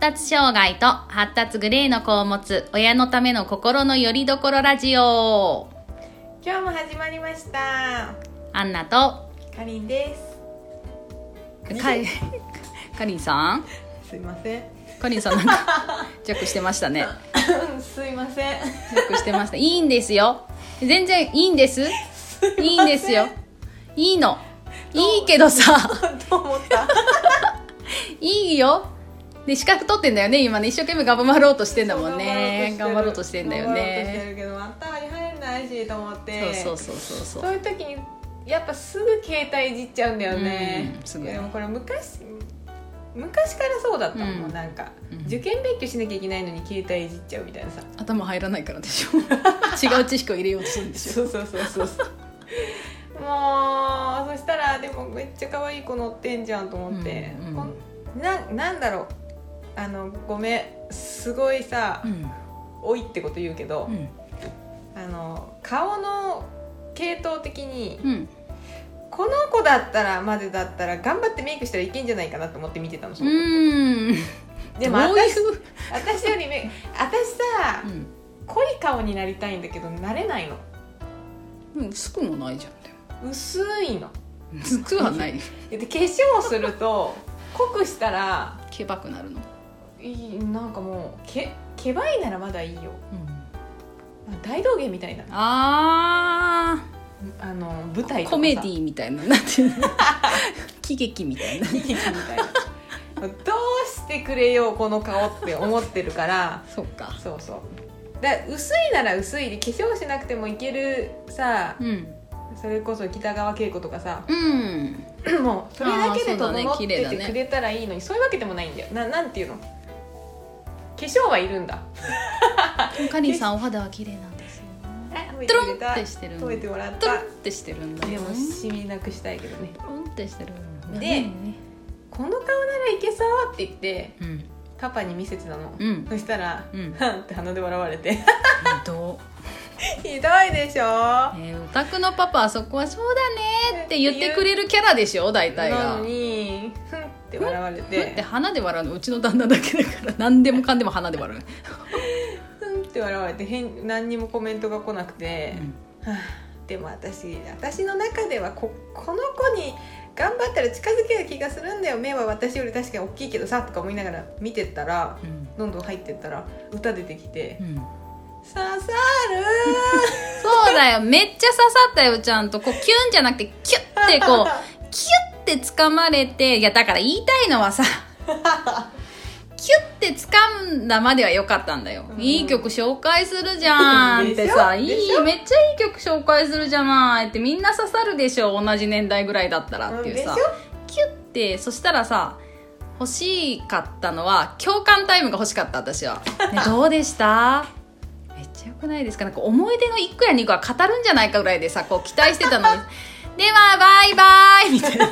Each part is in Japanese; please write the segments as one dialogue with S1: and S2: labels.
S1: 達障害と発達グレーの子を持つ親のための心の拠り所ラジオ
S2: 今日も始まりました
S1: アンナと
S2: かりんです
S1: かかりんさん
S2: すいません
S1: かりんさんなんかジャックしてましたね
S2: すいま せん
S1: ジャックしてましたいいんですよ全然いいんですいいんですよいいのいいけどさ
S2: と思った
S1: いいよで資格取ってんだよね今ね一生懸命頑張ろうとしてんだもんね
S2: そう
S1: 頑張ろうとしてんだよ
S2: 頑張ろうとして
S1: ね
S2: るけど頭に入らないしと思って
S1: そうそうそうそうそう
S2: そういう時にやっぱすぐ携帯いじっちゃうんだよね
S1: うんすぐ
S2: でもこれ昔昔からそうだったもん、
S1: うん
S2: なんか、
S1: うん
S2: 受験勉強しなきゃいけないのに携帯いじっちゃうみたいなさ
S1: 頭入らないからでしょ違う知識を入れようとするんですよ
S2: そうそうそうそうそうもうそしたらでもめっちゃ可愛い子乗ってんじゃんと思って、
S1: うんうん
S2: こんななんだろうあのごめんすごいさ、
S1: うん
S2: 老いってこと言うけど、
S1: うん
S2: あの顔の系統的に、
S1: うん
S2: この子だったらまでだったら頑張ってメイクしたらいけんじゃないかなと思って見てたの、そうの子
S1: ーん
S2: でも
S1: どうい
S2: 私
S1: う
S2: 私よりめ私さ、濃い顔になりたいんだけどなれないの
S1: うん、うん、薄くもないじゃんで
S2: 薄いの
S1: も薄くはない
S2: で化粧すると 濃くしたら
S1: けばくなるの、
S2: いいなんかもうけけばいならまだいいよなんか大道芸みたいな
S1: あ
S2: あの舞台
S1: あ
S2: とか
S1: コメデ
S2: ー
S1: ィみたいななんていうの喜劇み たいな
S2: 喜劇みたいなどうしてくれよこの顔って思ってるから
S1: そうか
S2: そうそうだ薄いなら薄いで化粧しなくてもいけるさ
S1: うん
S2: それこそ北川景子とかさ
S1: うん
S2: もうそれだけで
S1: あーそうだね
S2: 整っ
S1: 綺
S2: て
S1: 麗だ
S2: て
S1: ね
S2: くれたらいいのにそういうわけでもないんだよななんていうの化粧はいるんだ
S1: カリンさんお肌は綺麗なんですよ
S2: あ
S1: トロンってしてるん
S2: 褒めてもらっ
S1: トロン
S2: た
S1: ってしてるんだ
S2: で
S1: よ
S2: もシミなくしたいけどね
S1: トロンってしてるんだよ
S2: で
S1: ね
S2: この顔ならいけそうって言って
S1: うん
S2: パパに見せてたの、
S1: うん
S2: そしたら
S1: うん
S2: はんって鼻で笑われて
S1: どう
S2: ひどいでしょ
S1: ねえお宅のパパあそこはそうだねって言ってくれるキャラでしょ大体
S2: な
S1: が
S2: のにふんって笑われ
S1: ふって
S2: て
S1: 鼻で笑うのうちの旦那だけだから何でもかんでも鼻で笑う、
S2: ふんって笑われて変何にもコメントが来なくて、はあでも私私の中ではここの子に頑張ったら近づける気がするんだよ目は私より確かに大きいけどさとか思いながら見てったら
S1: うん
S2: どんどん入ってったら歌出てきて
S1: うん
S2: 「刺さる!」
S1: そうだよめっちゃ刺さったよちゃんとこうキュンじゃなくてキュッてこうキュッて掴まれていやだから言いたいのは さキュッて掴んだまでは良かったんだよ、
S2: うん
S1: いい曲紹介するじゃんってさいい
S2: でしょ
S1: めっちゃいい曲紹介するじゃないってみんな刺さるでしょ同じ年代ぐらいだったらっていうさ
S2: うんでし
S1: キュッてそしたらさ欲しかったのは共感タイムが欲しかった私は、 ね、どうでしためっちゃ良くないですかなんか思い出の1個や2個は語るんじゃないかぐらいでさこう期待してたの にではバイバイみたいな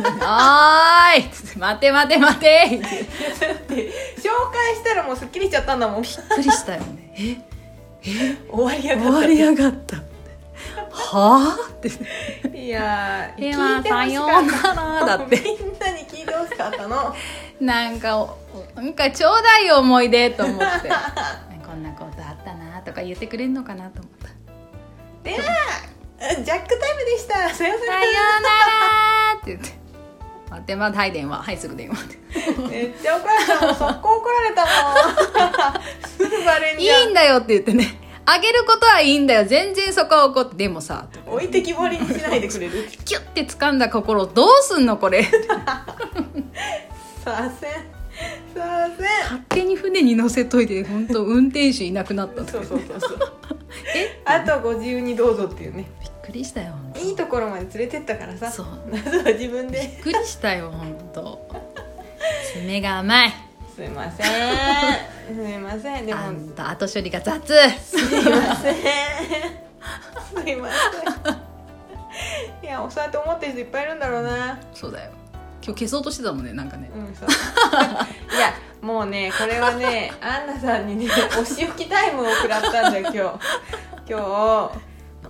S1: 「おーい!」待て待て待て」ってび っ
S2: だって 紹介したらもうすっきりしちゃったんだもん終
S1: くりしたよねえ
S2: わりやが
S1: 終
S2: っ
S1: わ
S2: た
S1: りやがったはあって
S2: いやー
S1: ではさよう
S2: かった
S1: ならだって
S2: みんなに聞いてほしかったの
S1: なんかおなんかちょうだいよ思い出と思って こんなことあったなとか言ってくれるのかなと思った
S2: ではジャックタイムでしたさよ
S1: 「
S2: うな
S1: さ
S2: ら
S1: ようなら」って言って「待ってまはい電話はいすぐ電話」
S2: めっちゃ怒られたもん速攻怒られたもんすぐバレん
S1: い
S2: じゃん
S1: いんだよって言ってねあげることはいいんだよ全然そこは怒ってでもさ
S2: 置いてきぼりにしないでくれる
S1: キュッて掴んだ心をどうすんのこれ
S2: させんさせ
S1: 勝手に船に乗せといて本当運転手いなくなった
S2: ん
S1: と
S2: そうそうそうそう
S1: え
S2: あとはご自由にどうぞっていうね
S1: びっくりしたよ本当
S2: いいところまで連れてったからさ
S1: そう
S2: まずは自分で
S1: びっくりしたよ本当爪が甘い
S2: すいませんすいませんでも
S1: あんた後処理が雑
S2: すいませんすいませんいやそうやって思ってる人いっぱいいるんだろうな
S1: そうだよ今日消そうとしてたもんねなんかね
S2: うんそういやもうねこれはねアンナさんにねお仕置きタイムを食らったんだよ今日今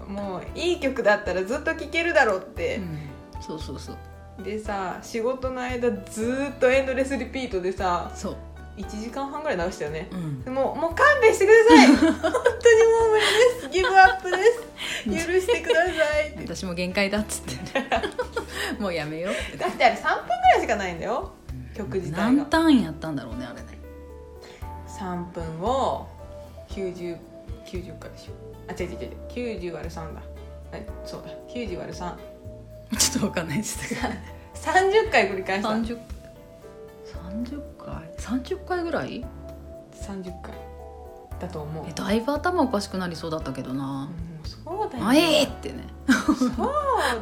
S2: 日もういい曲だったらずっと聴けるだろうって、
S1: そうそうそう
S2: でさ仕事の間ずーっとエンドレスリピートでさ
S1: そう
S2: 1時間半ぐらい流したよね
S1: うん
S2: もうもう勘弁してください 本当にもう無理ですギブアップです許してくださいって
S1: 私も限界だっつってもうやめようって
S2: だってあれ3分ぐらいしかないんだよ曲自体
S1: 何
S2: が
S1: ターンやったんだろうねあれね
S2: 3分を9090回でしょあ違う違う違う90割る3だはいそうだ90割る3
S1: ちょっとわかんないです けど
S2: 30回繰り返した
S1: 30 30回30回ぐらい
S2: 30回だと思う
S1: えだいぶ頭おかしくなりそうだったけどな
S2: うんそ
S1: 「
S2: うだよ
S1: あえー!」ってね
S2: そう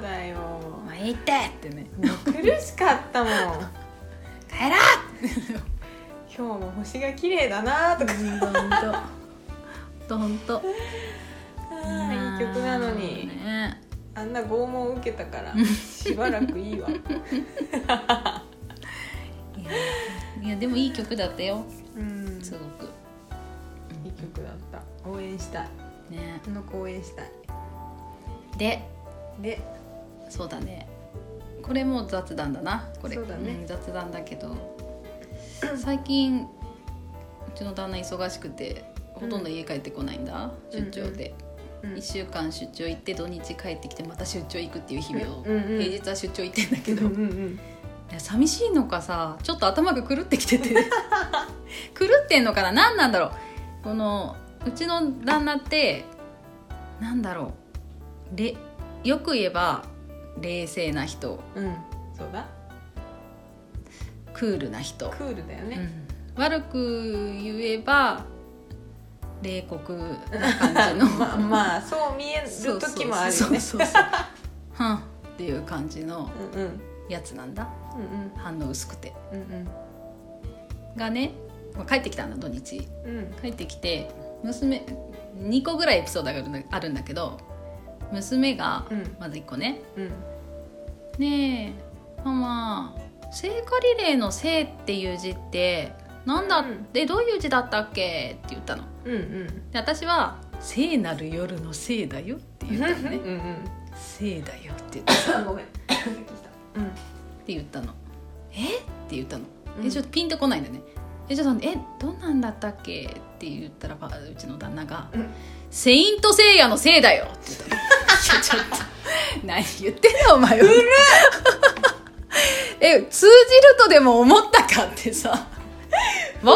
S2: だよ
S1: 「あえーって!」ってね
S2: もう苦しかったもん
S1: 「帰ら!」
S2: 今日も星が綺麗だなとか
S1: ほんとほんとほんと
S2: あーいい曲なのに
S1: ね
S2: あんな拷問を受けたからしばらく いいわ
S1: いやいやでもいい曲だったよ
S2: うん
S1: すごく
S2: いい曲だった応援したい
S1: ね
S2: あの子応援したい
S1: で
S2: で
S1: そうだねこれも雑談だなこれ
S2: そうだね
S1: ん雑談だけど最近うちの旦那忙しくてほとんど家帰ってこないんだ、
S2: うん
S1: 出張で、
S2: うん
S1: 1週間出張行って土日帰ってきてまた出張行くっていう日々を、
S2: うんうんうん
S1: 平日は出張行ってんだけ
S2: う
S1: ど、
S2: んうん
S1: いや寂しいのかさちょっと頭が狂ってきて て狂ってんのかな何なんだろうこのうちの旦那ってなんだろうれよく言えば冷静な人
S2: うんうんそうだ
S1: クールな人、
S2: クールだよ
S1: う
S2: ね、
S1: ん悪く言えば冷酷な感じの
S2: まあまあそう見え
S1: そ
S2: る
S1: うそうそう
S2: 時もあるよね
S1: そうそうそうはんっていう感じの
S2: うんうん
S1: やつなんだ
S2: うん
S1: 反応薄くて
S2: うんうん
S1: がねまあ帰ってきたんだ土日
S2: うんうん
S1: 帰ってきて娘2個ぐらいエピソードがあるんだあるんだけど娘が
S2: うん
S1: まず1個ね
S2: うん
S1: 「ねえママ聖火リレーの「聖」っていう字ってなんだって、どういう字だったっけ?」って言ったの。
S2: うんうん
S1: で私は「聖なる夜の聖だよ」って言ったのね
S2: うんうん
S1: 「聖だよ」って言ったっ
S2: あごめんうん
S1: て言ったの「えっ?」て言ったの。
S2: うん
S1: えちょっとピンとこないんだよね。えちょっとえどんなんだったっけって言ったらばうちの旦那が、
S2: うん
S1: セイントセイヤのせいだよって言ったのいやちょっと何言ってんだお前は。 え通じるとでも思ったかってさわか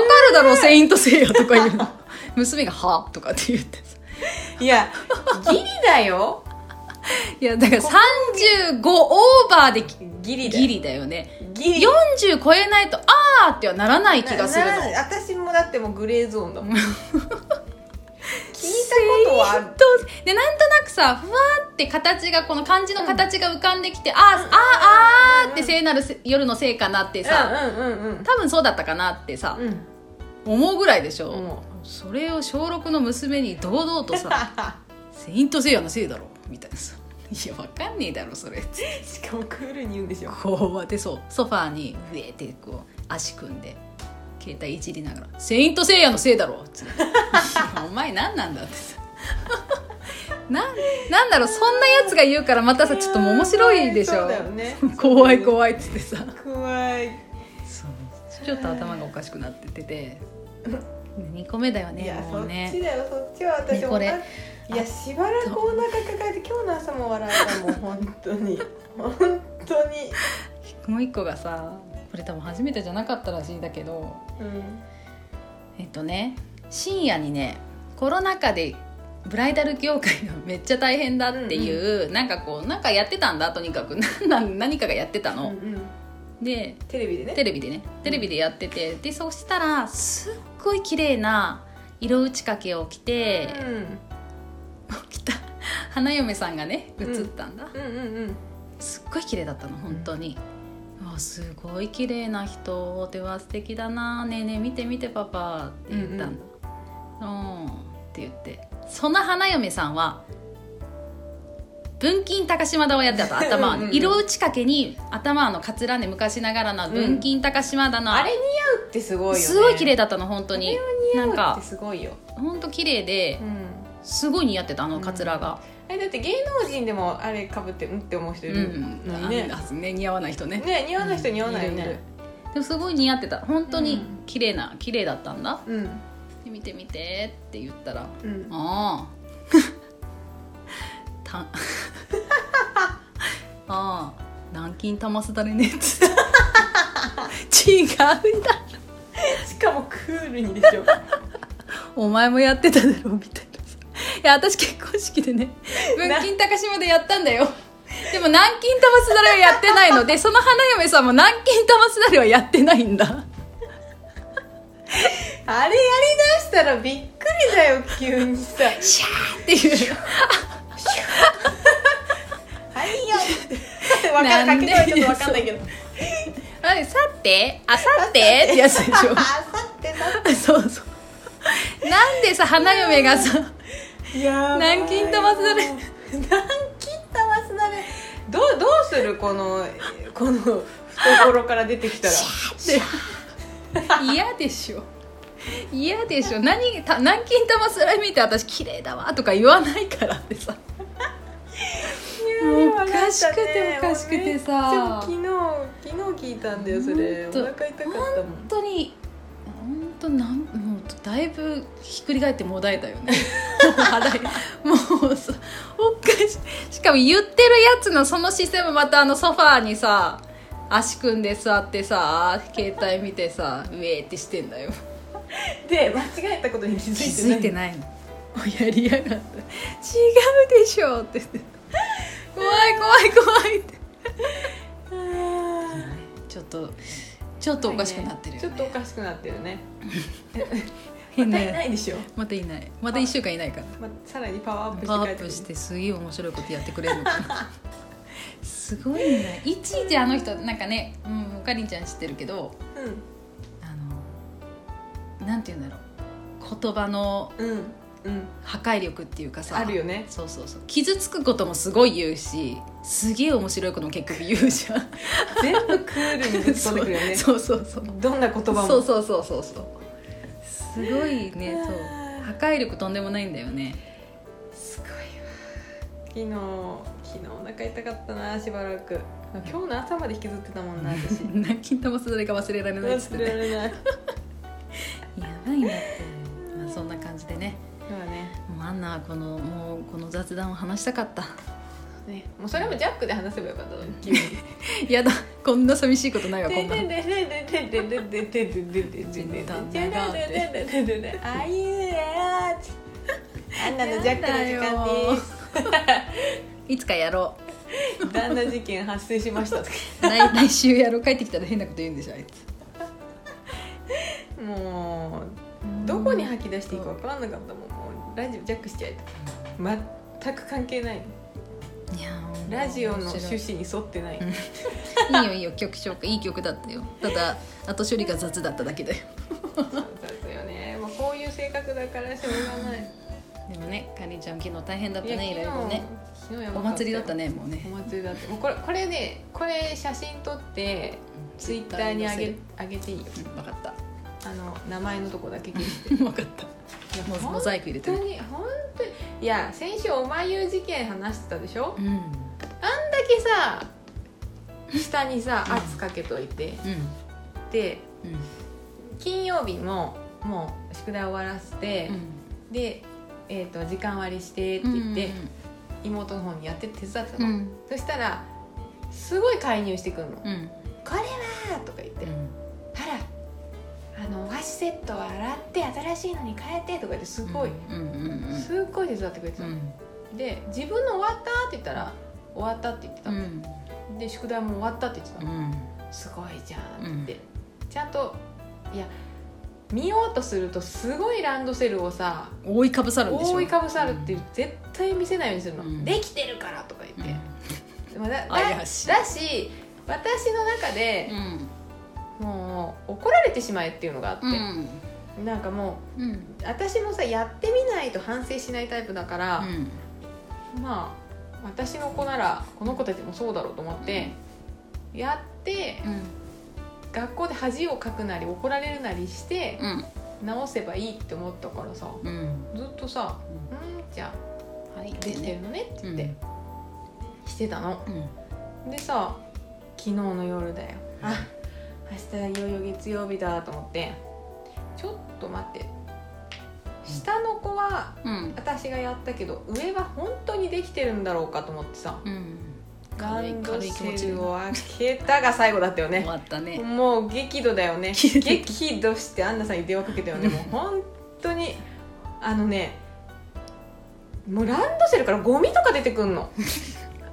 S1: るだろセイントセイヤとか言うの 娘が「は?」とかって言ってさ
S2: いやギリだよ
S1: いやだから35オーバーで
S2: ギリだ よ
S1: ギリだよね
S2: ギリ
S1: 40超えないと「あー」ってはならない気がするの
S2: なな私もだってもうグレーゾー ンだもん聞いたことはある
S1: どうでなんとなくさふわーって形がこの漢字の形が浮かんできて、あーあーあーって聖なるせ夜のせいかなってさ、
S2: うんうんうん
S1: 多分そうだったかなってさ
S2: う、んうん
S1: 思うぐらいでしょ、
S2: 思
S1: それを小6の娘に堂々と さ「セイントセイヤのせいだろ」みたいなさ「いやわかんねえだろそれ」って
S2: しかもクールに言うんでしょ
S1: こうでそうソファーに上ってこう足組んで携帯いじりながら「セイントセイヤのせいだろ」っつってい や「お前何なんだ」ってさ ななんだろうそんなやつが言うからまたさちょっともう面白いでし
S2: そ
S1: ょ
S2: うだよね
S1: 怖い怖いっつってさ
S2: 怖い
S1: ちょっと頭がおかしくなってて て2個目だよ
S2: い
S1: ね
S2: や
S1: も
S2: そうっち
S1: ね
S2: だよそっちは私
S1: ね
S2: も
S1: これ
S2: いやしばらくお腹抱えて今日の朝も笑えたもん本当に本当に
S1: もう1個がさこれ多分初めてじゃなかったらしいんだけど
S2: うん
S1: えっとね深夜にねコロナ禍でブライダル業界がめっちゃ大変だっていう、なんかこうなんかやってたんだとにかく なんなん何かがやってた
S2: うん
S1: の、
S2: うん
S1: で
S2: テレビでね
S1: テレビでねテレビでやっててでそしたらすっごい綺麗な色打ち掛けを着て、着た花嫁さんがね映ったんだ、
S2: うんうんうんうん
S1: すっごい綺麗だったの本当に、うわすごい綺麗な人では素敵だなねえねえ見て見てパパって言ったんだうん、って言ってその花嫁さんは文金高島田をやってた頭はね
S2: うんうん
S1: 色打ち掛けに頭はあのかつらね昔ながらの文金高島田の、
S2: あれ似合うってすごいよね
S1: すごい綺麗だったの本当に
S2: 似
S1: な
S2: 合うんって
S1: か
S2: すごいよ
S1: 本当綺麗で
S2: うん
S1: すごい似合ってたあのかつらが、
S2: えだって芸能人でもあれかぶってうんって思う人いるのにね、
S1: あね似合わない人ね
S2: ね似合わない人似合わないよね
S1: でもすごい似合ってた本当に
S2: うん
S1: 綺麗な綺麗だったんだ
S2: うん
S1: で見て見てって言ったら
S2: うん
S1: あ あた ああ軟禁たますだれねっつって 違うんだ
S2: しかもクールにでしょ
S1: お前もやってただろみたいなさいや私結婚式でね文金高島でやったんだよでも軟禁たますだれはやってないのでその花嫁さんも軟禁たますだれはやってないんだ
S2: あれやりだしたらびっくりだよ急にさ「
S1: シャーっていう
S2: はいよ」わかんないかけ声ちょっとわかんないけど
S1: あれさてあさてってやつでし
S2: あ
S1: ょ
S2: さってさ
S1: そうそうなんでさ花嫁がさ
S2: いや
S1: 軟禁玉すだれ
S2: 軟禁玉すだれどうどうするこのこの懐から出てきたら
S1: 嫌でしょ嫌でしょ何た軟禁玉すら見て私綺麗だわとか言わないからってさもうおかしくておかしくてさ
S2: めっちゃ昨日昨日聞いたんだよそれお
S1: ほんと
S2: 腹痛かったもん
S1: 本当に本当なんもうだいぶひっくり返ってもだえたよねもう腹いもうさおかしいしかも言ってるやつのその姿勢もまたあのソファーにさ足組んで座ってさ携帯見てさウェーってしてんだよ
S2: で間違えたことに気
S1: 気
S2: づ
S1: づ
S2: い
S1: い
S2: て
S1: て
S2: ない
S1: ないのやりやがった違うでしょって言って怖い怖い怖いって
S2: あ
S1: ちょっとちょっ
S2: ー
S1: とおかしくなってるよ、ね
S2: ちょっとおかしくなっ てるね
S1: 変
S2: ま
S1: な
S2: たいないでしょ
S1: またいないまた1週間いないから
S2: まさらにパワーアップ
S1: パワーア
S2: し
S1: ッ
S2: て帰
S1: プ
S2: って
S1: し
S2: く
S1: てすげえ面白いことやってくれるのかなすごいねいちいちあの人なんかね、うん、おかりんちゃん知ってるけど
S2: る
S1: あのなんて言うんだろう言葉の
S2: うんうんうん
S1: 破壊力っていうかさ
S2: あるよね
S1: そうそうそう傷つくこともすごい言うしすげえ面白いことも結局言うじゃん
S2: 全部クールにぶつ込んでくるよね
S1: そうそうそう
S2: どんな言葉も
S1: そうそうそうそうそうすごいねそう
S2: あー
S1: 破壊力とんでもないんだよね
S2: すごいわ昨日昨日お腹痛かったなしばらく今日の朝まで引きずってたもん な私
S1: 軟禁玉すだれが忘れられないっつって
S2: 忘
S1: ね
S2: れられな
S1: や
S2: い
S1: ばいなって、まあ、そんな感じでね
S2: 今ね
S1: もうアンナはこのもうこの雑談を話したかった
S2: ねもうそれもジャックで話せばよかったのに急に
S1: やだこんな寂しいことないわこんな
S2: で
S1: の
S2: でででででででででででででででででででででであいうやーアンナのジャックの時間で
S1: いつかやろ
S2: す旦那事件発生しましたとか
S1: う来来週やろう帰ってきたら変なこと言うんでしょあいつ
S2: もうどこに吐き出していいか分からなかったもんもうラジオジャックしちゃえと全く関係ない
S1: いやー
S2: ラジオの
S1: 面白
S2: 趣
S1: い
S2: 旨に沿ってない
S1: んいいよいいよ曲紹介いい曲だったよただ後処理が雑だっただけだよ
S2: そうですよねもうこういう性格だからしょうがない
S1: でもねかりんちゃん昨日大変だったねい
S2: い
S1: ろい
S2: や
S1: ろね
S2: 昨日昨日やば
S1: お
S2: かよ
S1: 祭りだったねもう
S2: お
S1: ね
S2: 祭りだってもうこれこれねこれ写真撮ってツイッターにあげあげていいよ
S1: 分かった
S2: あの名前のとこだけ消して
S1: 分かった
S2: いや
S1: モザモ
S2: 本
S1: ザイク入れて
S2: 当
S1: る
S2: に本当にいや先週おまゆ事件話してたでしょ
S1: うん
S2: だけさ下にさ圧かけといて
S1: うん
S2: で
S1: うん
S2: 金曜日ももう宿題終わらせて、で、えーと「時間割りして」って言って、妹の方にやって手伝ってた
S1: う
S2: の、
S1: ん
S2: そしたらすごい介入してくるの「こ
S1: うん
S2: れは!」とか言って
S1: うん
S2: 「あらあのお箸セットは洗って新しいのに変えて」とか言ってすごい、
S1: うんうんうんうん
S2: すっごい手伝ってくれて
S1: う
S2: たの、
S1: ん
S2: で自分の「終わった」って言ったら「終わった」って言ってた
S1: う
S2: の、
S1: ん
S2: で宿題も終わったって言ってたの
S1: う、ん
S2: すごいじゃんって、ちゃんといや見ようとするとすごいランドセルをさ
S1: 覆いかぶさるんでしょ
S2: 覆いかぶさるっていう絶対見せないようにするの、
S1: うん
S2: できてるからとか言って、でもだだ
S1: 怪しい
S2: だし私の中で
S1: う、ん
S2: もう怒られてしまえっていうのがあって
S1: う、ん
S2: なんかも
S1: うんうん
S2: う私もさやってみないと反省しないタイプだから、まあ私の子ならこの子たちもそうだろうと思って、やって学校で恥をかくなり怒られるなりして、
S1: うん
S2: 直せばいいって思ったからさ
S1: うん
S2: ずっとさ「
S1: う
S2: うんじゃあ、はい、
S1: だ
S2: で
S1: よね
S2: きてるのね」って
S1: う
S2: 言
S1: ん
S2: って、してたの
S1: うん
S2: でさ昨日の夜だよあ明日いよいよ月曜日だと思ってちょっと待って下の子は
S1: うん
S2: 私がやったけど上は本当にできてるんだろうかと思ってさ
S1: うん
S2: ラ
S1: 軽い
S2: ンド
S1: 軽い気持ち
S2: セ
S1: で
S2: ルを開けたが最後だったよ
S1: 終
S2: ね
S1: わったね
S2: もう激怒だよね
S1: 激怒
S2: 激怒してアンナさんに電話かけ たよねもう本当にあのねもうランドセルからゴミとか出てく んの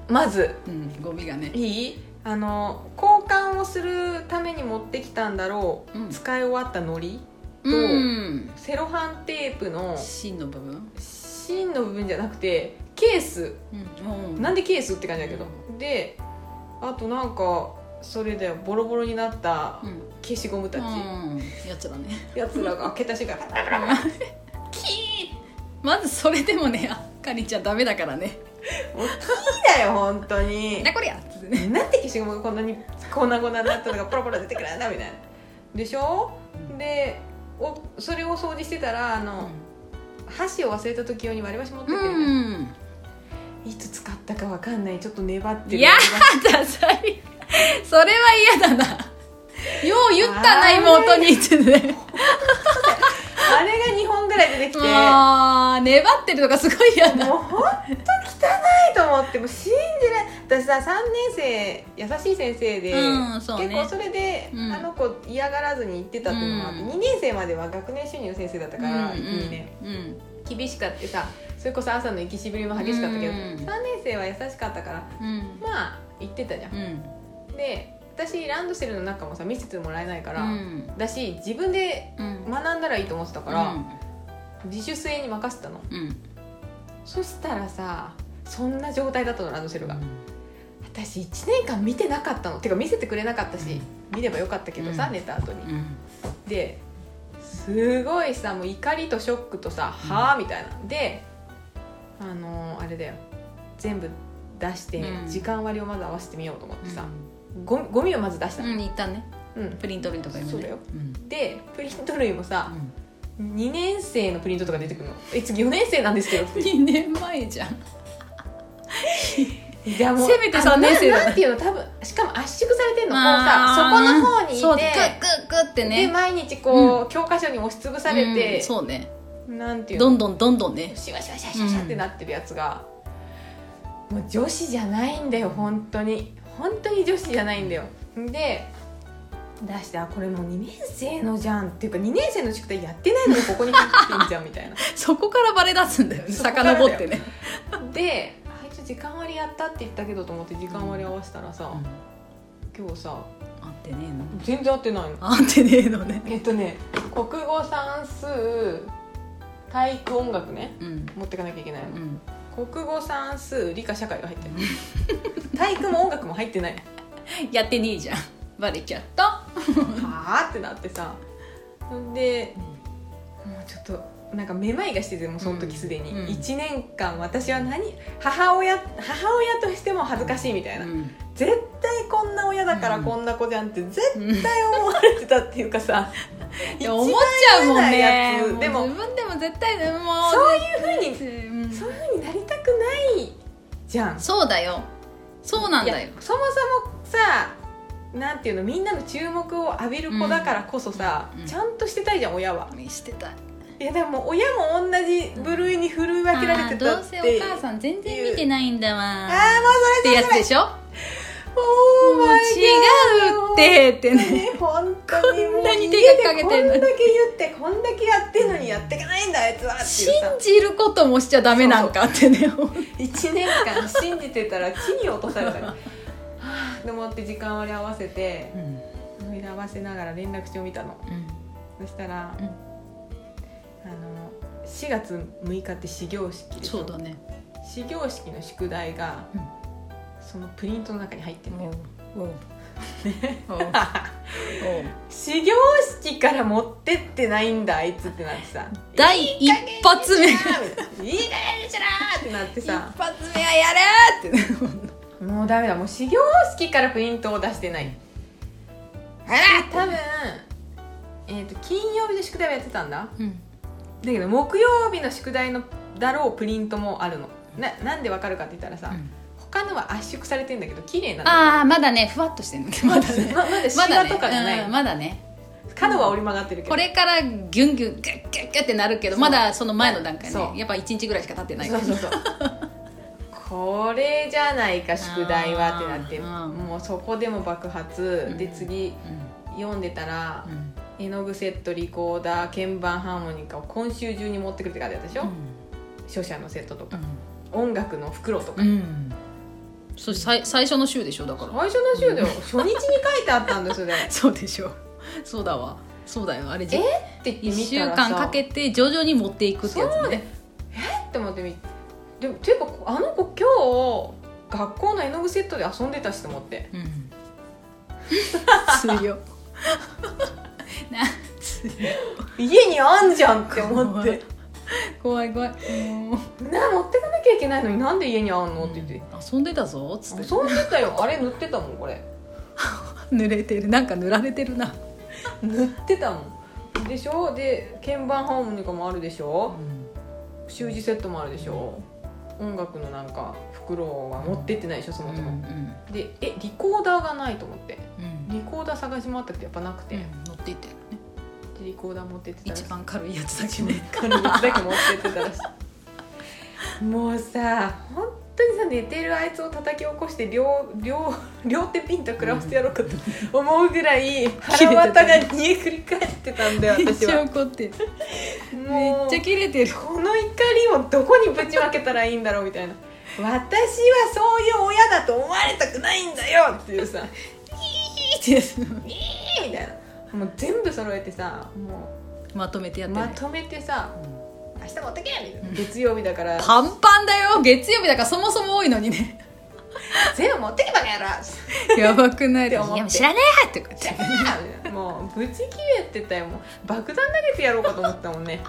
S2: まず
S1: うんゴミがね
S2: いいあの交換をするために持ってきたんだろう、
S1: うん
S2: 使い終わったのり
S1: うん
S2: セロハンテープの
S1: 芯の部分
S2: 芯の部分じゃなくてケース
S1: うんうん
S2: なんでケースって感じだけどであとなんかそれでボロボロになった
S1: うん
S2: 消しゴムたち、
S1: うんやつだね
S2: やつらが開けた瞬間
S1: キーまずそれでもねあかりんちゃんダメだからね
S2: もうキーだよ本当に
S1: なこりゃっつってね
S2: なんで消しゴムがこんなに粉々になったのがポロポロ出てくるんだみたいなでしょでおそれを掃除してたらあの、箸を忘れた時用に割り箸持って
S1: う
S2: て、
S1: ん
S2: いつ使ったかわかんないちょっと粘って
S1: いやーダサいそれは嫌だなよう言ったな
S2: あー
S1: 妹にってね
S2: あれが2本ぐらい出てきてもう
S1: あー粘ってるとかすごい嫌だ
S2: ほんと汚いと思ってもう信じない私さ3年生優しい先生で、
S1: うんそうね
S2: 結構それで、
S1: うん
S2: あの子嫌がらずに言ってたっていうのもあって、
S1: うん
S2: 2年生までは学年主任の先生だったから、
S1: うん
S2: 1 2年
S1: うん
S2: 厳しかってさそれこそ朝の息しぶりも激しかったけど、
S1: うん
S2: 3年生は優しかったから
S1: うん
S2: まあ言ってたじゃん、
S1: うん
S2: で私ランドセルの中もさ見せてもらえないから、
S1: うん
S2: だし自分で
S1: うん
S2: 学んだらいいと思ってたから、自主性に任せたの
S1: うん
S2: そしたらさそんな状態だったのランドセルが、私1年間見てなかったのてか見せてくれなかったし、見ればよかったけどさ、
S1: うん
S2: 寝た後に
S1: うん
S2: ですごいさもう怒りとショックとさ「
S1: うん
S2: はあ」みたいなであのーあれだよ全部出して、
S1: うん
S2: 時間割をまず合わせてみようと思ってさ、ゴミゴミをまず出した
S1: う
S2: の、
S1: んいったね
S2: うん
S1: プリント類とか今ね
S2: そうだよ
S1: うん
S2: でプリント類もさ2年生のプリントとか出てくるの「え次4年生なんですけど」って
S1: 2年前じゃん
S2: いやもう
S1: せめて
S2: あの
S1: 三年生だね
S2: ななんていうの多分しかも圧縮されてんのこうさそこ
S1: あー
S2: の方にい
S1: そうグ
S2: て
S1: ッグッグッって
S2: で
S1: ね
S2: 毎日こう、教科書に押しつぶされ
S1: うん
S2: て、
S1: そうね
S2: なんていうの
S1: どんどんどんどんね
S2: シュワシュワシュワシュワシュワってなってるやつが、もう女子じゃないんだよ本当に本当に女子じゃないんだよで出してあこれもう2年生のじゃんっていうか2年生の宿題やってないのにここに入ってんじゃんみ たいな
S1: そこからバレ出すんだよね
S2: そこからだよ
S1: 遡ってね
S2: であいつ時間割やったって言ったけどと思って時間割合わせたらさ、今日さ
S1: 合ってねえの
S2: 全然合ってないの
S1: 合ってねえのね
S2: えっとね国語算数体育音楽ね
S1: うん
S2: 持ってかなきゃいけないの
S1: うん
S2: 国語算数理科社会が入ってる体育も音楽も入ってない
S1: やってねえじゃんバレちゃった
S2: はあってなってさでもうちょっとなんかめまいがしててもうその時すでに、
S1: うんうん
S2: 1年間私は何母親母親としても恥ずかしいみたいな、
S1: うん
S2: 絶対こんな親だから
S1: うん
S2: こんな子じゃんって絶
S1: うん
S2: 対思われてたっていうかさ
S1: い
S2: 一
S1: や
S2: 番
S1: 思っちゃうもんね
S2: 嫌なやつでも
S1: もう自分でも絶対ねもう
S2: そういうふうに
S1: うに
S2: そういうふうになりたくないじゃん
S1: そうだよそうなんだ
S2: い
S1: よ
S2: やそもそもさなんていうのみんなの注目を浴びる子だからこそさ、
S1: うんうん
S2: ちゃんとしてたいじゃん親は
S1: してた
S2: いやでも親も同じ部類に振り分けられてた
S1: どう
S2: って
S1: せお母さん全然見てないんだわ
S2: あーもう
S1: ってやつでしょ
S2: それ
S1: もう違うってって ね
S2: ね本当にもう
S1: こんなに手がかけてんの
S2: 家でこんだけ言ってこんだけやってんのにやっていかないんだあいつはって
S1: 信
S2: い うさ
S1: じることもしちゃダメなんかってね
S2: 1年間信じてたら地に落とされ たりはあと思って時間割り合わせて
S1: うん
S2: 割り合わせながら連絡帳見たのそしたら、
S1: うん
S2: あの4月6日って始業式でしょ
S1: そうだね
S2: 始業式の宿題が、
S1: うん
S2: そのプリントの中に入ってるのよ、
S1: おうお うおう
S2: 始業式から持ってってないんだあいつってなってさ
S1: 第一発目
S2: いい加減にしろみたいないい加減にしろってなって
S1: 一
S2: さ
S1: 発目はやれ ーってね
S2: もうダメだもう始業式からプリントを出してない多分えー、と金曜日の宿題はやってたんだ
S1: うん
S2: だけど木曜日の宿題のだろうプリントもあるのななんでわかるかって言ったらさ、他のは圧縮されてんだけど綺麗なの
S1: ああまだねふわっとしてるんだけどまだね
S2: ままだシ
S1: ま
S2: ワ
S1: だ
S2: とかじゃない、
S1: ねうんまだね
S2: 角は折り曲がってるけど
S1: これからギュンギュンギュッギュッギュッってなるけど
S2: そう
S1: まだその前の段階
S2: そ
S1: ね
S2: う
S1: やっぱ1日ぐらいしか経ってない
S2: そ
S1: か
S2: う
S1: ら
S2: そうそうこれじゃないか宿題はってなって
S1: うん
S2: もうそこでも爆発で
S1: うん
S2: 次読んでたら
S1: うんうん
S2: 絵の具セットリコーダー鍵盤ハーモニカを今週中に持ってくるって書いてあったでしょ、書写のセットとか音楽の袋とか、
S1: うんうんそう最最初の週でしょだから
S2: 最初の週で初日に書いてあったんです よね
S1: そうでしょそうだわそうだよあれじゃ
S2: って
S1: 1週
S2: 見たらさ
S1: 間かけて徐々に持っていくってや
S2: そ
S1: つ
S2: う
S1: ね
S2: ねえって思ってみでもていうかあの子今日学校の絵の具セットで遊んでたしと思って
S1: うん 強っな強い
S2: 家にあんじゃんって思っ
S1: 怖い
S2: て
S1: 怖い怖いも
S2: な持ってかなきゃいけないのになんで家にあん
S1: う
S2: のって言って
S1: 遊んでたぞっつって
S2: 遊んでたよあれ塗ってたもんこれ
S1: 濡れてるなんか塗られてるな
S2: 塗ってたもんでしょで鍵盤ハーモニカもあるでしょ習字セットもあるでしょ音楽のなんか袋は持ってってないでしょそもそも、でえリコーダーがないと思ってリコーダー探し回ったけどやっぱなくて、
S1: 乗っていってるね
S2: でリコーダー持ってってたらし
S1: 一
S2: い
S1: 番軽いやつだけね
S2: 軽いだけ持ってってたらし いもうさ本当にさ寝てるあいつを叩き起こして両両両手ピンと食らわせてやろうかと思うぐらい腹渡が煮えくり返ってたんだよ
S1: めっ
S2: 私
S1: ちゃ
S2: は
S1: 怒ってるめ
S2: も
S1: っ
S2: う
S1: ちゃ切れてる
S2: この怒りをどこにぶちまけたらいいんだろうみたいな私はそういう親だと思われたくないんだよっていうさいいみたいなもう全部揃えてさも
S1: まとめてや
S2: う
S1: ってね
S2: まとめてさ
S1: うん
S2: 明日持ってけみたいな月曜日だから
S1: パンパンだよ月曜日だからそもそも多いのにね
S2: 全部持ってけばやら
S1: やばくない
S2: って思っ
S1: い
S2: て
S1: や知らねえってこうやって
S2: もうブチ切れてたよもう爆弾投げてやろうかと思ったもんね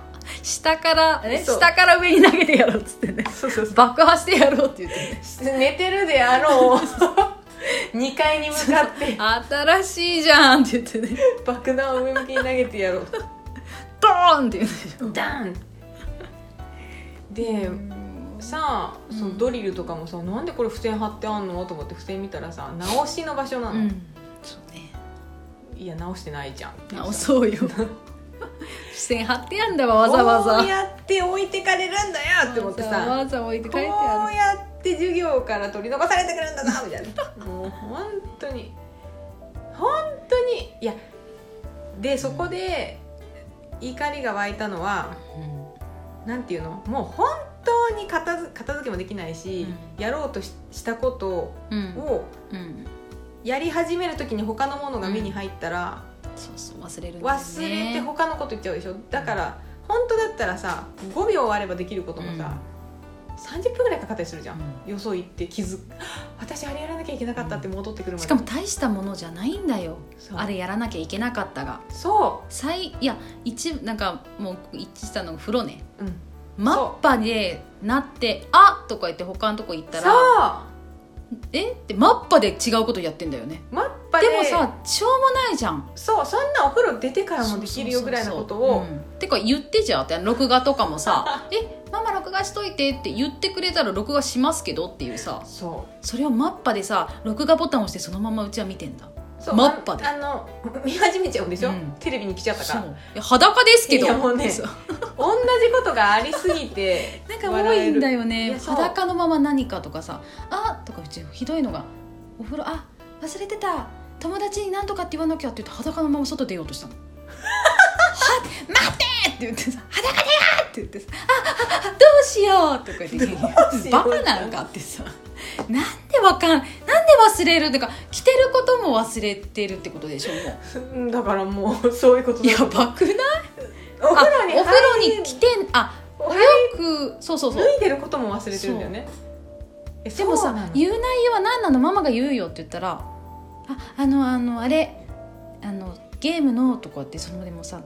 S1: 下から
S2: えそう
S1: 下から上に投げてやろうっつってね
S2: そうそう
S1: 爆破してやろうって言ってね
S2: 寝てるであろ う2階に向かって
S1: 新しいじゃんって言ってね
S2: 爆弾を上向きに投げてやろう
S1: ドーンって言うんでしょ
S2: ダンでさあそのドリルとかもさなんでこれ付箋貼ってあんのと思って付箋見たらさ直しの場所なの、
S1: うんそうね
S2: いや直してないじゃんっていうさ
S1: 直そうよ付箋貼ってやんだわわざわざ
S2: こうやって置いてかれるんだよって思って
S1: わざ
S2: さ
S1: わざ置いて
S2: こ
S1: 書い
S2: う
S1: てある
S2: やって授業から取り残されてくるんだなみたいな もう本当に本当にいやでそこで怒りが湧いたのはなんていうのもう本当に片づ片付けもできないし、やろうとししたこと
S1: うん
S2: を
S1: うん
S2: やり始める時に他のものが目に入ったら、
S1: そうそう忘れるんだよね
S2: 忘れて他のこと言っちゃうでしょだから本当だったらさ5秒あればできることもさ、30分ぐらいかかったりするじゃん、
S1: う
S2: よそ行って気づく 私あれやらなきゃいけなかったって戻ってくる
S1: ん
S2: まで
S1: しかも大したものじゃないんだよ
S2: そう
S1: あれやらなきゃいけなかったが
S2: そ
S1: 最いや一なんかもう一致したのが風呂ね
S2: う、うん、
S1: マッパでなって「あとか言って他のとこ行った
S2: そう
S1: ら「えっ?」てマッパで違うことやってんだよね
S2: マッパで
S1: でもさしょうもないじゃん
S2: そうそんなお風呂出てからもできるよぐらいのこと
S1: そうそう
S2: を
S1: そううんてか言ってじゃんって録画とかもさ 「えママ録画しといて」って言ってくれたら録画しますけどっていうさ
S2: そ
S1: それをマッパでさ録画ボタンを押してそのままうちは見てんだ
S2: うそう
S1: マッパで
S2: ああの 見始めちゃうんでしょ、
S1: うん
S2: テレビに来ちゃった
S1: そ
S2: か
S1: う
S2: ら
S1: いや裸ですけど
S2: いやもうね
S1: そう
S2: 同じことがありすぎ て
S1: なんか多いんだよ
S2: い
S1: ね
S2: やそう
S1: 裸のまま何かとかさ「あとかうちひどいのが「お風呂あ忘れてた友達に何とかって言わなきゃ」って言って裸のまま外出ようとしたの。は待ってって言ってさ「裸だよ!」って言ってさ「あああどうしよう!」とか言って
S2: うしよ
S1: バ
S2: う
S1: カなんかってさなんでわかんなんで忘れるってか着てることも忘れてるってことでしょもう
S2: うんだからもうそういうことだ
S1: やばくない
S2: お風呂に
S1: あお風呂
S2: 入
S1: に
S2: り
S1: 着てんあ
S2: お風呂
S1: よくそうそうそう
S2: 脱いでることも忘れてるんだよねえ
S1: でも
S2: そうな
S1: さ
S2: の
S1: 言う内容は何なのママが言うよって言ったら「ああのあのあれあのゲームの」とかってそのでもさ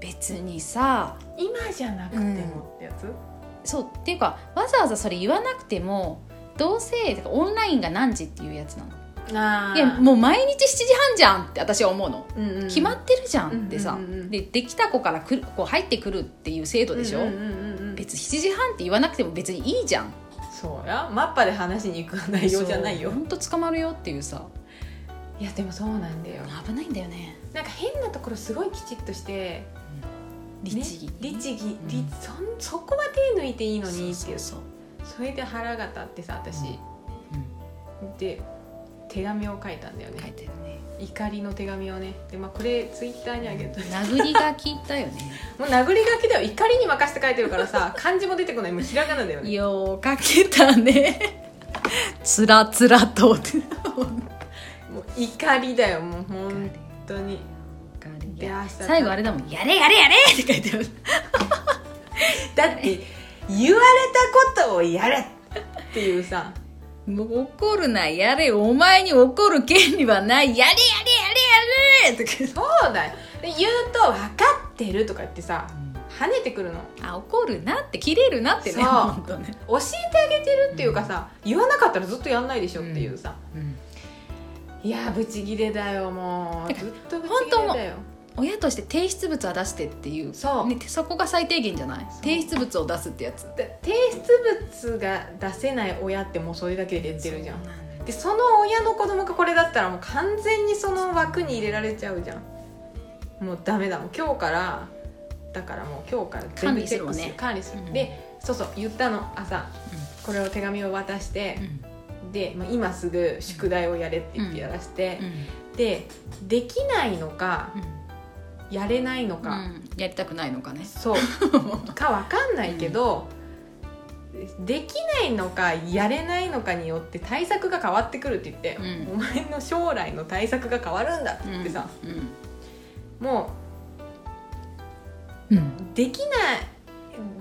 S1: 別にさ
S2: 今じゃなくてもってやつ、
S1: そうっていうかわざわざそれ言わなくてもどうせだからオンラインが何時っていうやつなの
S2: あー
S1: いやもう毎日7時半じゃんって私は思うの、
S2: うんうん
S1: 決まってるじゃんってさ、
S2: うんうんうんうん
S1: でできた子からくるこう入ってくるっていう制度でしょ、
S2: うんうんうんうん
S1: 別に7時半って言わなくても別にいいじゃん
S2: そうやマッパで話しに行く内容じゃないよ
S1: 本当捕まるよっていうさ
S2: いやでもそうなんだよ
S1: 危ないんだよね
S2: なんか変なところすごいきちっとして
S1: 律儀、
S2: ね律儀、
S1: ん
S2: 律そんそこは手抜いていいのにって
S1: そ
S2: いうう
S1: そうそう、
S2: それで腹が立ってさ私、で手紙を書いたんだよ
S1: うん、書い
S2: ね
S1: てるね
S2: 怒りの手紙をねで、まあ、これツイッターにあげといて
S1: 殴りが効いたよね
S2: もう殴り書きだよ怒りに任せて書いてるからさ漢字も出てこないもうひらがなだよね
S1: ようかけたねつらつらと
S2: もう怒りだよもう本当にで明日
S1: 最後あれだもん「やれやれやれ!」って書いてある
S2: だって言われたことをやれっていうさ
S1: もう怒るなやれお前に怒る権利はないやれやれやれやれって
S2: そうだよで言うと分かってるとか言ってさ跳ねてくるの
S1: あ怒るなって切れるなってね
S2: そう
S1: 本当ね、
S2: 教えてあげてるっていうかさ、言わなかったらずっとやんないでしょっていうさ、いやブチギレだよもうずっとブチギレだよ
S1: 親として提出物は出してっていう
S2: そう
S1: ね、そこが最低限じゃない提出物を出すってやつ
S2: で提出物が出せない親ってもうそれだけで言ってるじゃん
S1: そうなんだ
S2: でその親の子供がこれだったらもう完全にその枠に入れられちゃうじゃんもうダメだもう今日からだからもう今日から全部チェックよ管理する、
S1: うん
S2: でそうそう言ったの朝これを手紙を渡して
S1: う、ん
S2: で、まあ、今すぐ宿題をやれって言ってやらせて
S1: う、ん
S2: でできないのかやれないの
S1: う
S2: か、
S1: んやりたくないのかね
S2: そう かわかんないけど、できないのかやれないのかによって対策が変わってくるって言って、
S1: うん
S2: お前の将来の対策が変わるんだって言ってさ、
S1: う
S2: も
S1: んうん
S2: うできない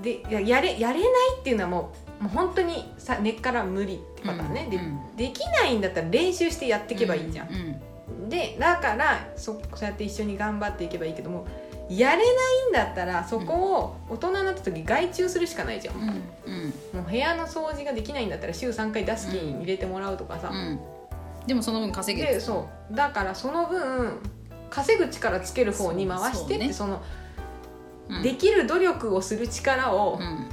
S2: でいややれやれないっていうのはもうもう本当にさ根っから無理ってパターンね、で
S1: うん
S2: できないんだったら練習してやっていけばいいじゃん
S1: う、ん
S2: でだからそそうやって一緒に頑張っていけばいいけどもやれないんだったらそこを大人になった時外注するしかないじゃん、
S1: うんうん
S2: もう部屋の掃除ができないんだったら週3回出す気に入れてもらうとかさ、
S1: うんでもその分稼げ
S2: で
S1: る
S2: そうだからその分稼ぐ力つける方に回してって
S1: そ
S2: そ,、
S1: うね
S2: の
S1: うん
S2: できる努力をする力を
S1: うん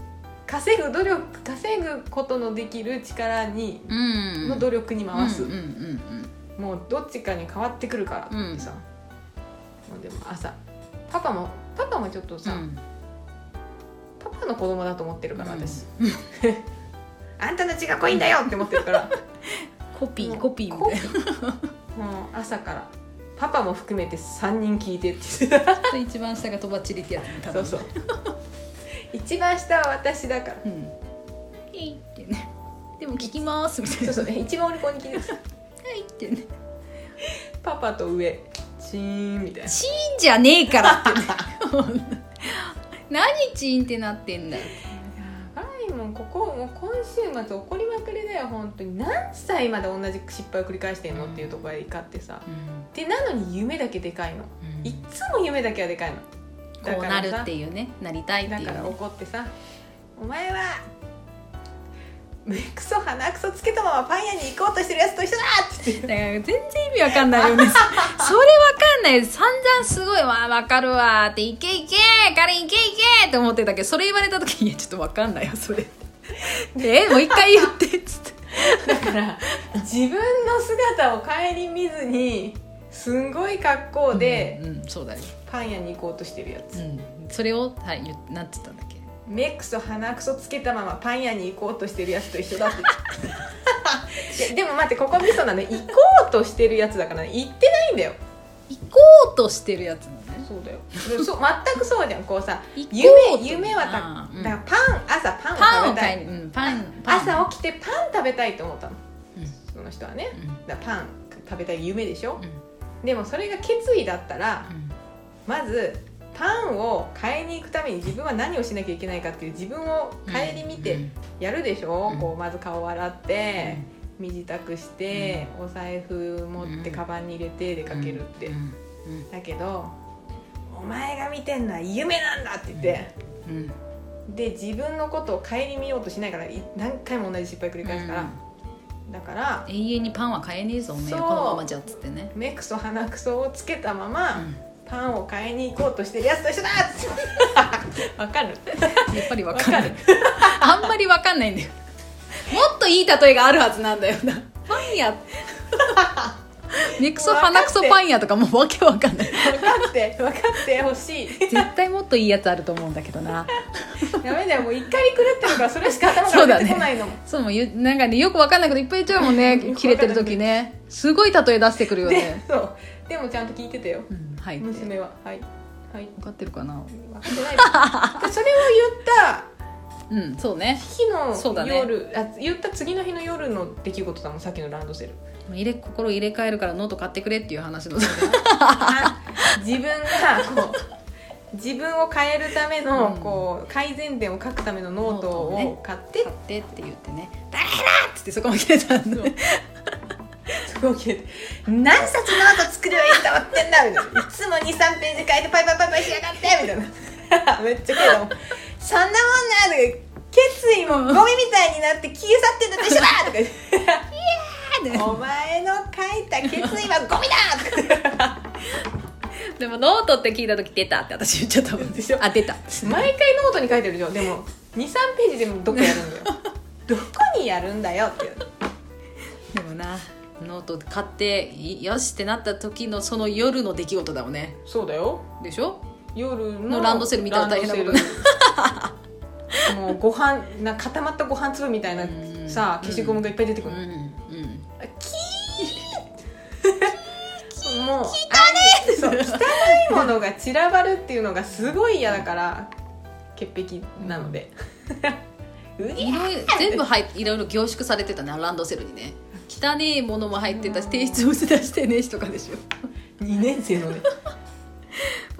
S2: 稼ぐ努力稼ぐことのできる力に
S1: うん
S2: の努力に回す、
S1: うんうんうん
S2: もうどっちかに変わってくるからってさ、もうでも朝パパもパパもちょっと
S1: う
S2: さ、
S1: ん
S2: パパの子供だと思ってるから私、
S1: う
S2: あんたたちが濃いんだよって思ってるから
S1: コピ
S2: も
S1: ー
S2: う
S1: コピーみ
S2: コ
S1: たい
S2: もう朝からパパも含めて3人聞いてって言ってた
S1: な一番下がとばっちりってやつね多
S2: そう
S1: 分
S2: そう一番下は私だから
S1: うん「えい」ってね「でも聞きます」みたい
S2: そ
S1: な
S2: うそう 一番俺ここに聞いてます
S1: 「はい」ってね
S2: パパと上チーンみたい
S1: 「
S2: な
S1: チーンじゃねえから」ってね何チーンってなってんだよ
S2: やばいもんここもう今週末怒りまくりだよ本当に何歳まで同じ失敗を繰り返してんのっていうところで怒ってさでなのに夢だけでかいのいっつも夢だけはでかいのだ
S1: こう
S2: か
S1: な
S2: ら
S1: る
S2: さ
S1: っていうねなりたいって
S2: だ
S1: いう
S2: から
S1: ね
S2: 怒ってさ「お前は目くそ鼻くそつけたままパン屋に行こうとしてるやつと一緒だ!」って言って
S1: だから全然意味わかんないよ ねそれわかんない散々すごい「わあわかるわ」って「いけいけカレンいけいけ!」って思ってたけどそれ言われた時に「いやちょっとわかんないよ それ」でえもう一回言って」っつって
S2: だから自分の姿を顧みずにすんごい格好で
S1: うんうんそうだね、
S2: パン屋に行こうとしてるや
S1: う
S2: つ、
S1: ん、それをはい言なんて言ったんだっけ
S2: 目くそ鼻くそつけたままパン屋に行こうとしてるやつと一緒だって 言っていやでも待ってここミソなの行こうとしてるやつだからね行ってないんだよ
S1: 行こうとしてるやつなのね
S2: そうだよそう全くそうじゃんこうさ
S1: 行こ
S2: 夢
S1: うと
S2: 夢は
S1: あ
S2: た
S1: ーうん
S2: だからパン朝パンを
S1: パン
S2: 食
S1: を
S2: べた
S1: 買いに、
S2: い
S1: うん、パンパン
S2: 朝起きてパン食べたいと思ったの、
S1: うん
S2: その人はね
S1: うんうん
S2: だからパン食べたい夢でしょ、でもそれが決意だったらまずパンを買いに行くために自分は何をしなきゃいけないかっていう自分を
S1: うん
S2: 顧みてやるでしょ、
S1: うん
S2: こうまず顔洗って、身支度して、お財布持って
S1: うん
S2: カバンに入れて出かけるって、
S1: うん
S2: だけど「お前が見てんのは夢なんだ!」って言って。
S1: うんうん
S2: で自分のことを顧みようとしないからい何回も同じ失敗繰り返すから、だから
S1: 永遠にパンは買えねえぞおめえ
S2: そう
S1: このままじゃっつってね、
S2: 目くそ鼻くそをつけたま
S1: う
S2: ま、
S1: ん
S2: パンを買いに行こうとしてるやつと一緒だっ わかる
S1: やっぱりわかんないあんまりわかんないんだよもっといい例えがあるはずなんだよなパン屋ネクソ鼻くそパン屋とかもうわけわかんない
S2: 分かって分かってほしい
S1: 絶対もっといいやつあると思うんだけどな
S2: ダメだよもう怒り狂ってるからそれしか頭が出てこないのも、
S1: そうもうゆなんかねよくわかんないこといっぱい言っちゃうもんね切れてる時ねすごい例え出してくるよ
S2: で
S1: ね、
S2: そうでもちゃんと聞いてたよ
S1: うん、はいって分
S2: 娘ははい はい
S1: かってるかな
S2: 分かってないですでそれを言った
S1: うんそうね
S2: 日
S1: そうだ
S2: の
S1: ね
S2: 夜、あ言った次の日の夜の出来事だもんさっきのランドセル
S1: 入れ心入れ替えるからノート買ってくれっていう話の
S2: あ自分がこ う自分を変えるための、
S1: うん
S2: こう改善点を書くためのノー
S1: ノー
S2: ト
S1: トを
S2: を買って、
S1: 買ってって言ってね「大変だ!」っつってそこも切れたんで
S2: すごい消えて何冊ノート作ればいいと思ってんだみたいないつも23ページ書いてパイパイパイパイしやがってみたいなめっちゃ消えたもんそんなもんなとか決意もゴミみたいになって消え去ってんだと一緒だとか言って お前の書いた決意はゴミだとか
S1: でもノートって聞いた時出たって私言っちゃったもん
S2: でしょ
S1: あ出た
S2: 毎回ノートに書いてるじゃんで も23ページでもどこやるんだよ どこにやるんだよって
S1: でもなノート買っていよしってなった時のその夜の出来事だもんね
S2: そうだよ
S1: でしょ
S2: 夜の
S1: のランドセル見たら大変なこと
S2: ランドセ ルもうご飯な固まったご飯粒みたいな
S1: うん
S2: さ消しゴムがいっぱい出てく
S1: うん
S2: る、
S1: う
S2: もうん汚ねそう汚いものが散らばるっていうのがすごい嫌だから潔癖なのでうぎ
S1: い
S2: ゃ
S1: ろいろ全 部入っいろいろ凝縮されてたねランドセルにね汚ねえものも入ってたし提出物出してねえしとかでしょ
S2: 2年生のねだ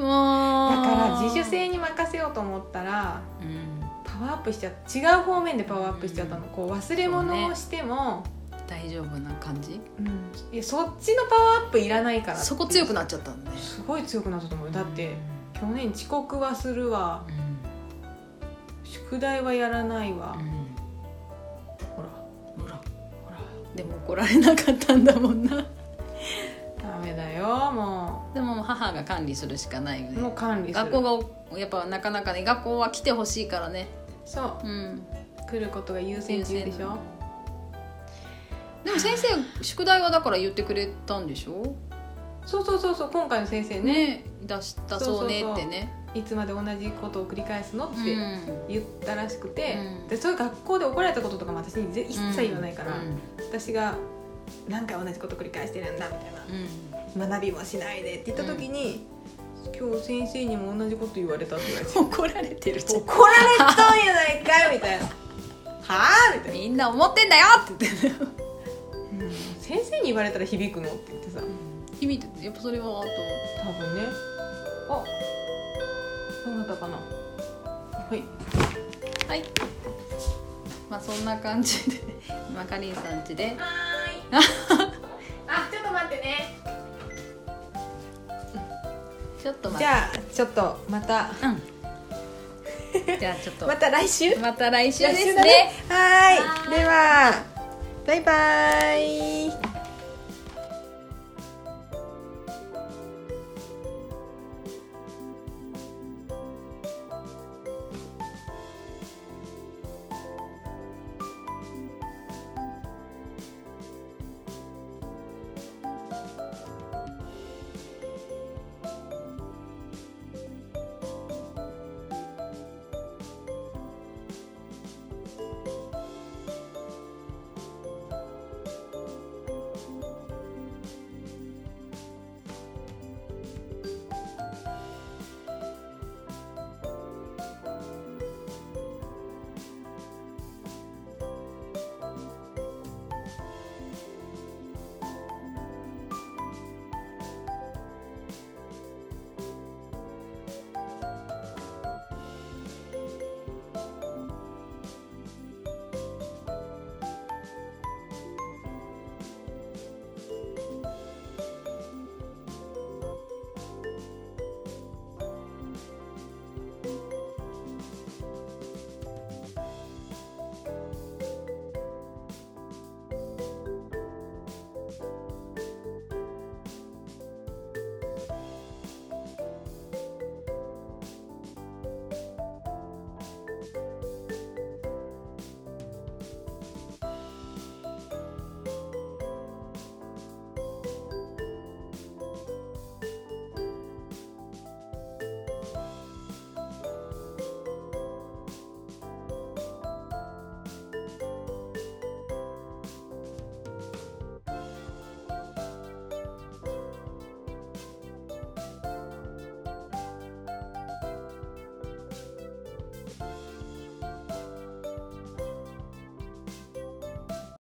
S1: もう
S2: から自主性に任せようと思ったら
S1: うん
S2: パワーアップしちゃった違う方面でパワーアップしちゃったの、こう忘れ物をしても、
S1: 大丈夫な感じ
S2: うん、いやそっちのパワーアップいらないから
S1: そこ強く
S2: な
S1: なっちゃったんだね
S2: すごい強くなったと思うよだって去年遅刻はするわ
S1: うん
S2: 宿題はやらないわ、
S1: うん
S2: ほら
S1: ほら
S2: ほら
S1: でも怒られなかったんだもんな
S2: ダメだよも
S1: でも母が管理するしかないよ
S2: うも
S1: ね
S2: う管理す
S1: 学
S2: る
S1: 校がやっぱなかなかね学校は来てほしいからね
S2: そう
S1: うん
S2: 来ることが優先級でしょ
S1: でも先生宿題はだから言ってくれたんでしょ
S2: そうそうそうそう今回の先生ね
S1: ね出したそうねってね
S2: いつまで同じことを繰り返すのっ
S1: う
S2: て
S1: ん
S2: 言ったらしくて、
S1: うん
S2: でそういう学校で怒られたこととかも私にぜ一切言わないから、
S1: うん
S2: 私が何回同じこと繰り返してるんだみたいな
S1: うん
S2: 学びもしないでって言った時に、今日先生にも同じこと言われたって言われて
S1: 怒られてるじゃん
S2: 怒られたんやないかいみたいなはあみたいな
S1: みんな思ってんだよって言ってね
S2: 先生に言われたら響くのって言ってさ
S1: 君ってやっぱそれはあと
S2: 多分ねあどなたかなはい
S1: はいまあそんな感じでマカリンさん家で
S2: はーいあちょっと待ってね
S1: ちょっと
S2: じ
S1: 待って
S2: ゃあちょっとまた
S1: うんじゃあちょっと
S2: また来週
S1: また来週です
S2: 来週だ
S1: ね
S2: はーい
S1: はーい
S2: ではバイバーイ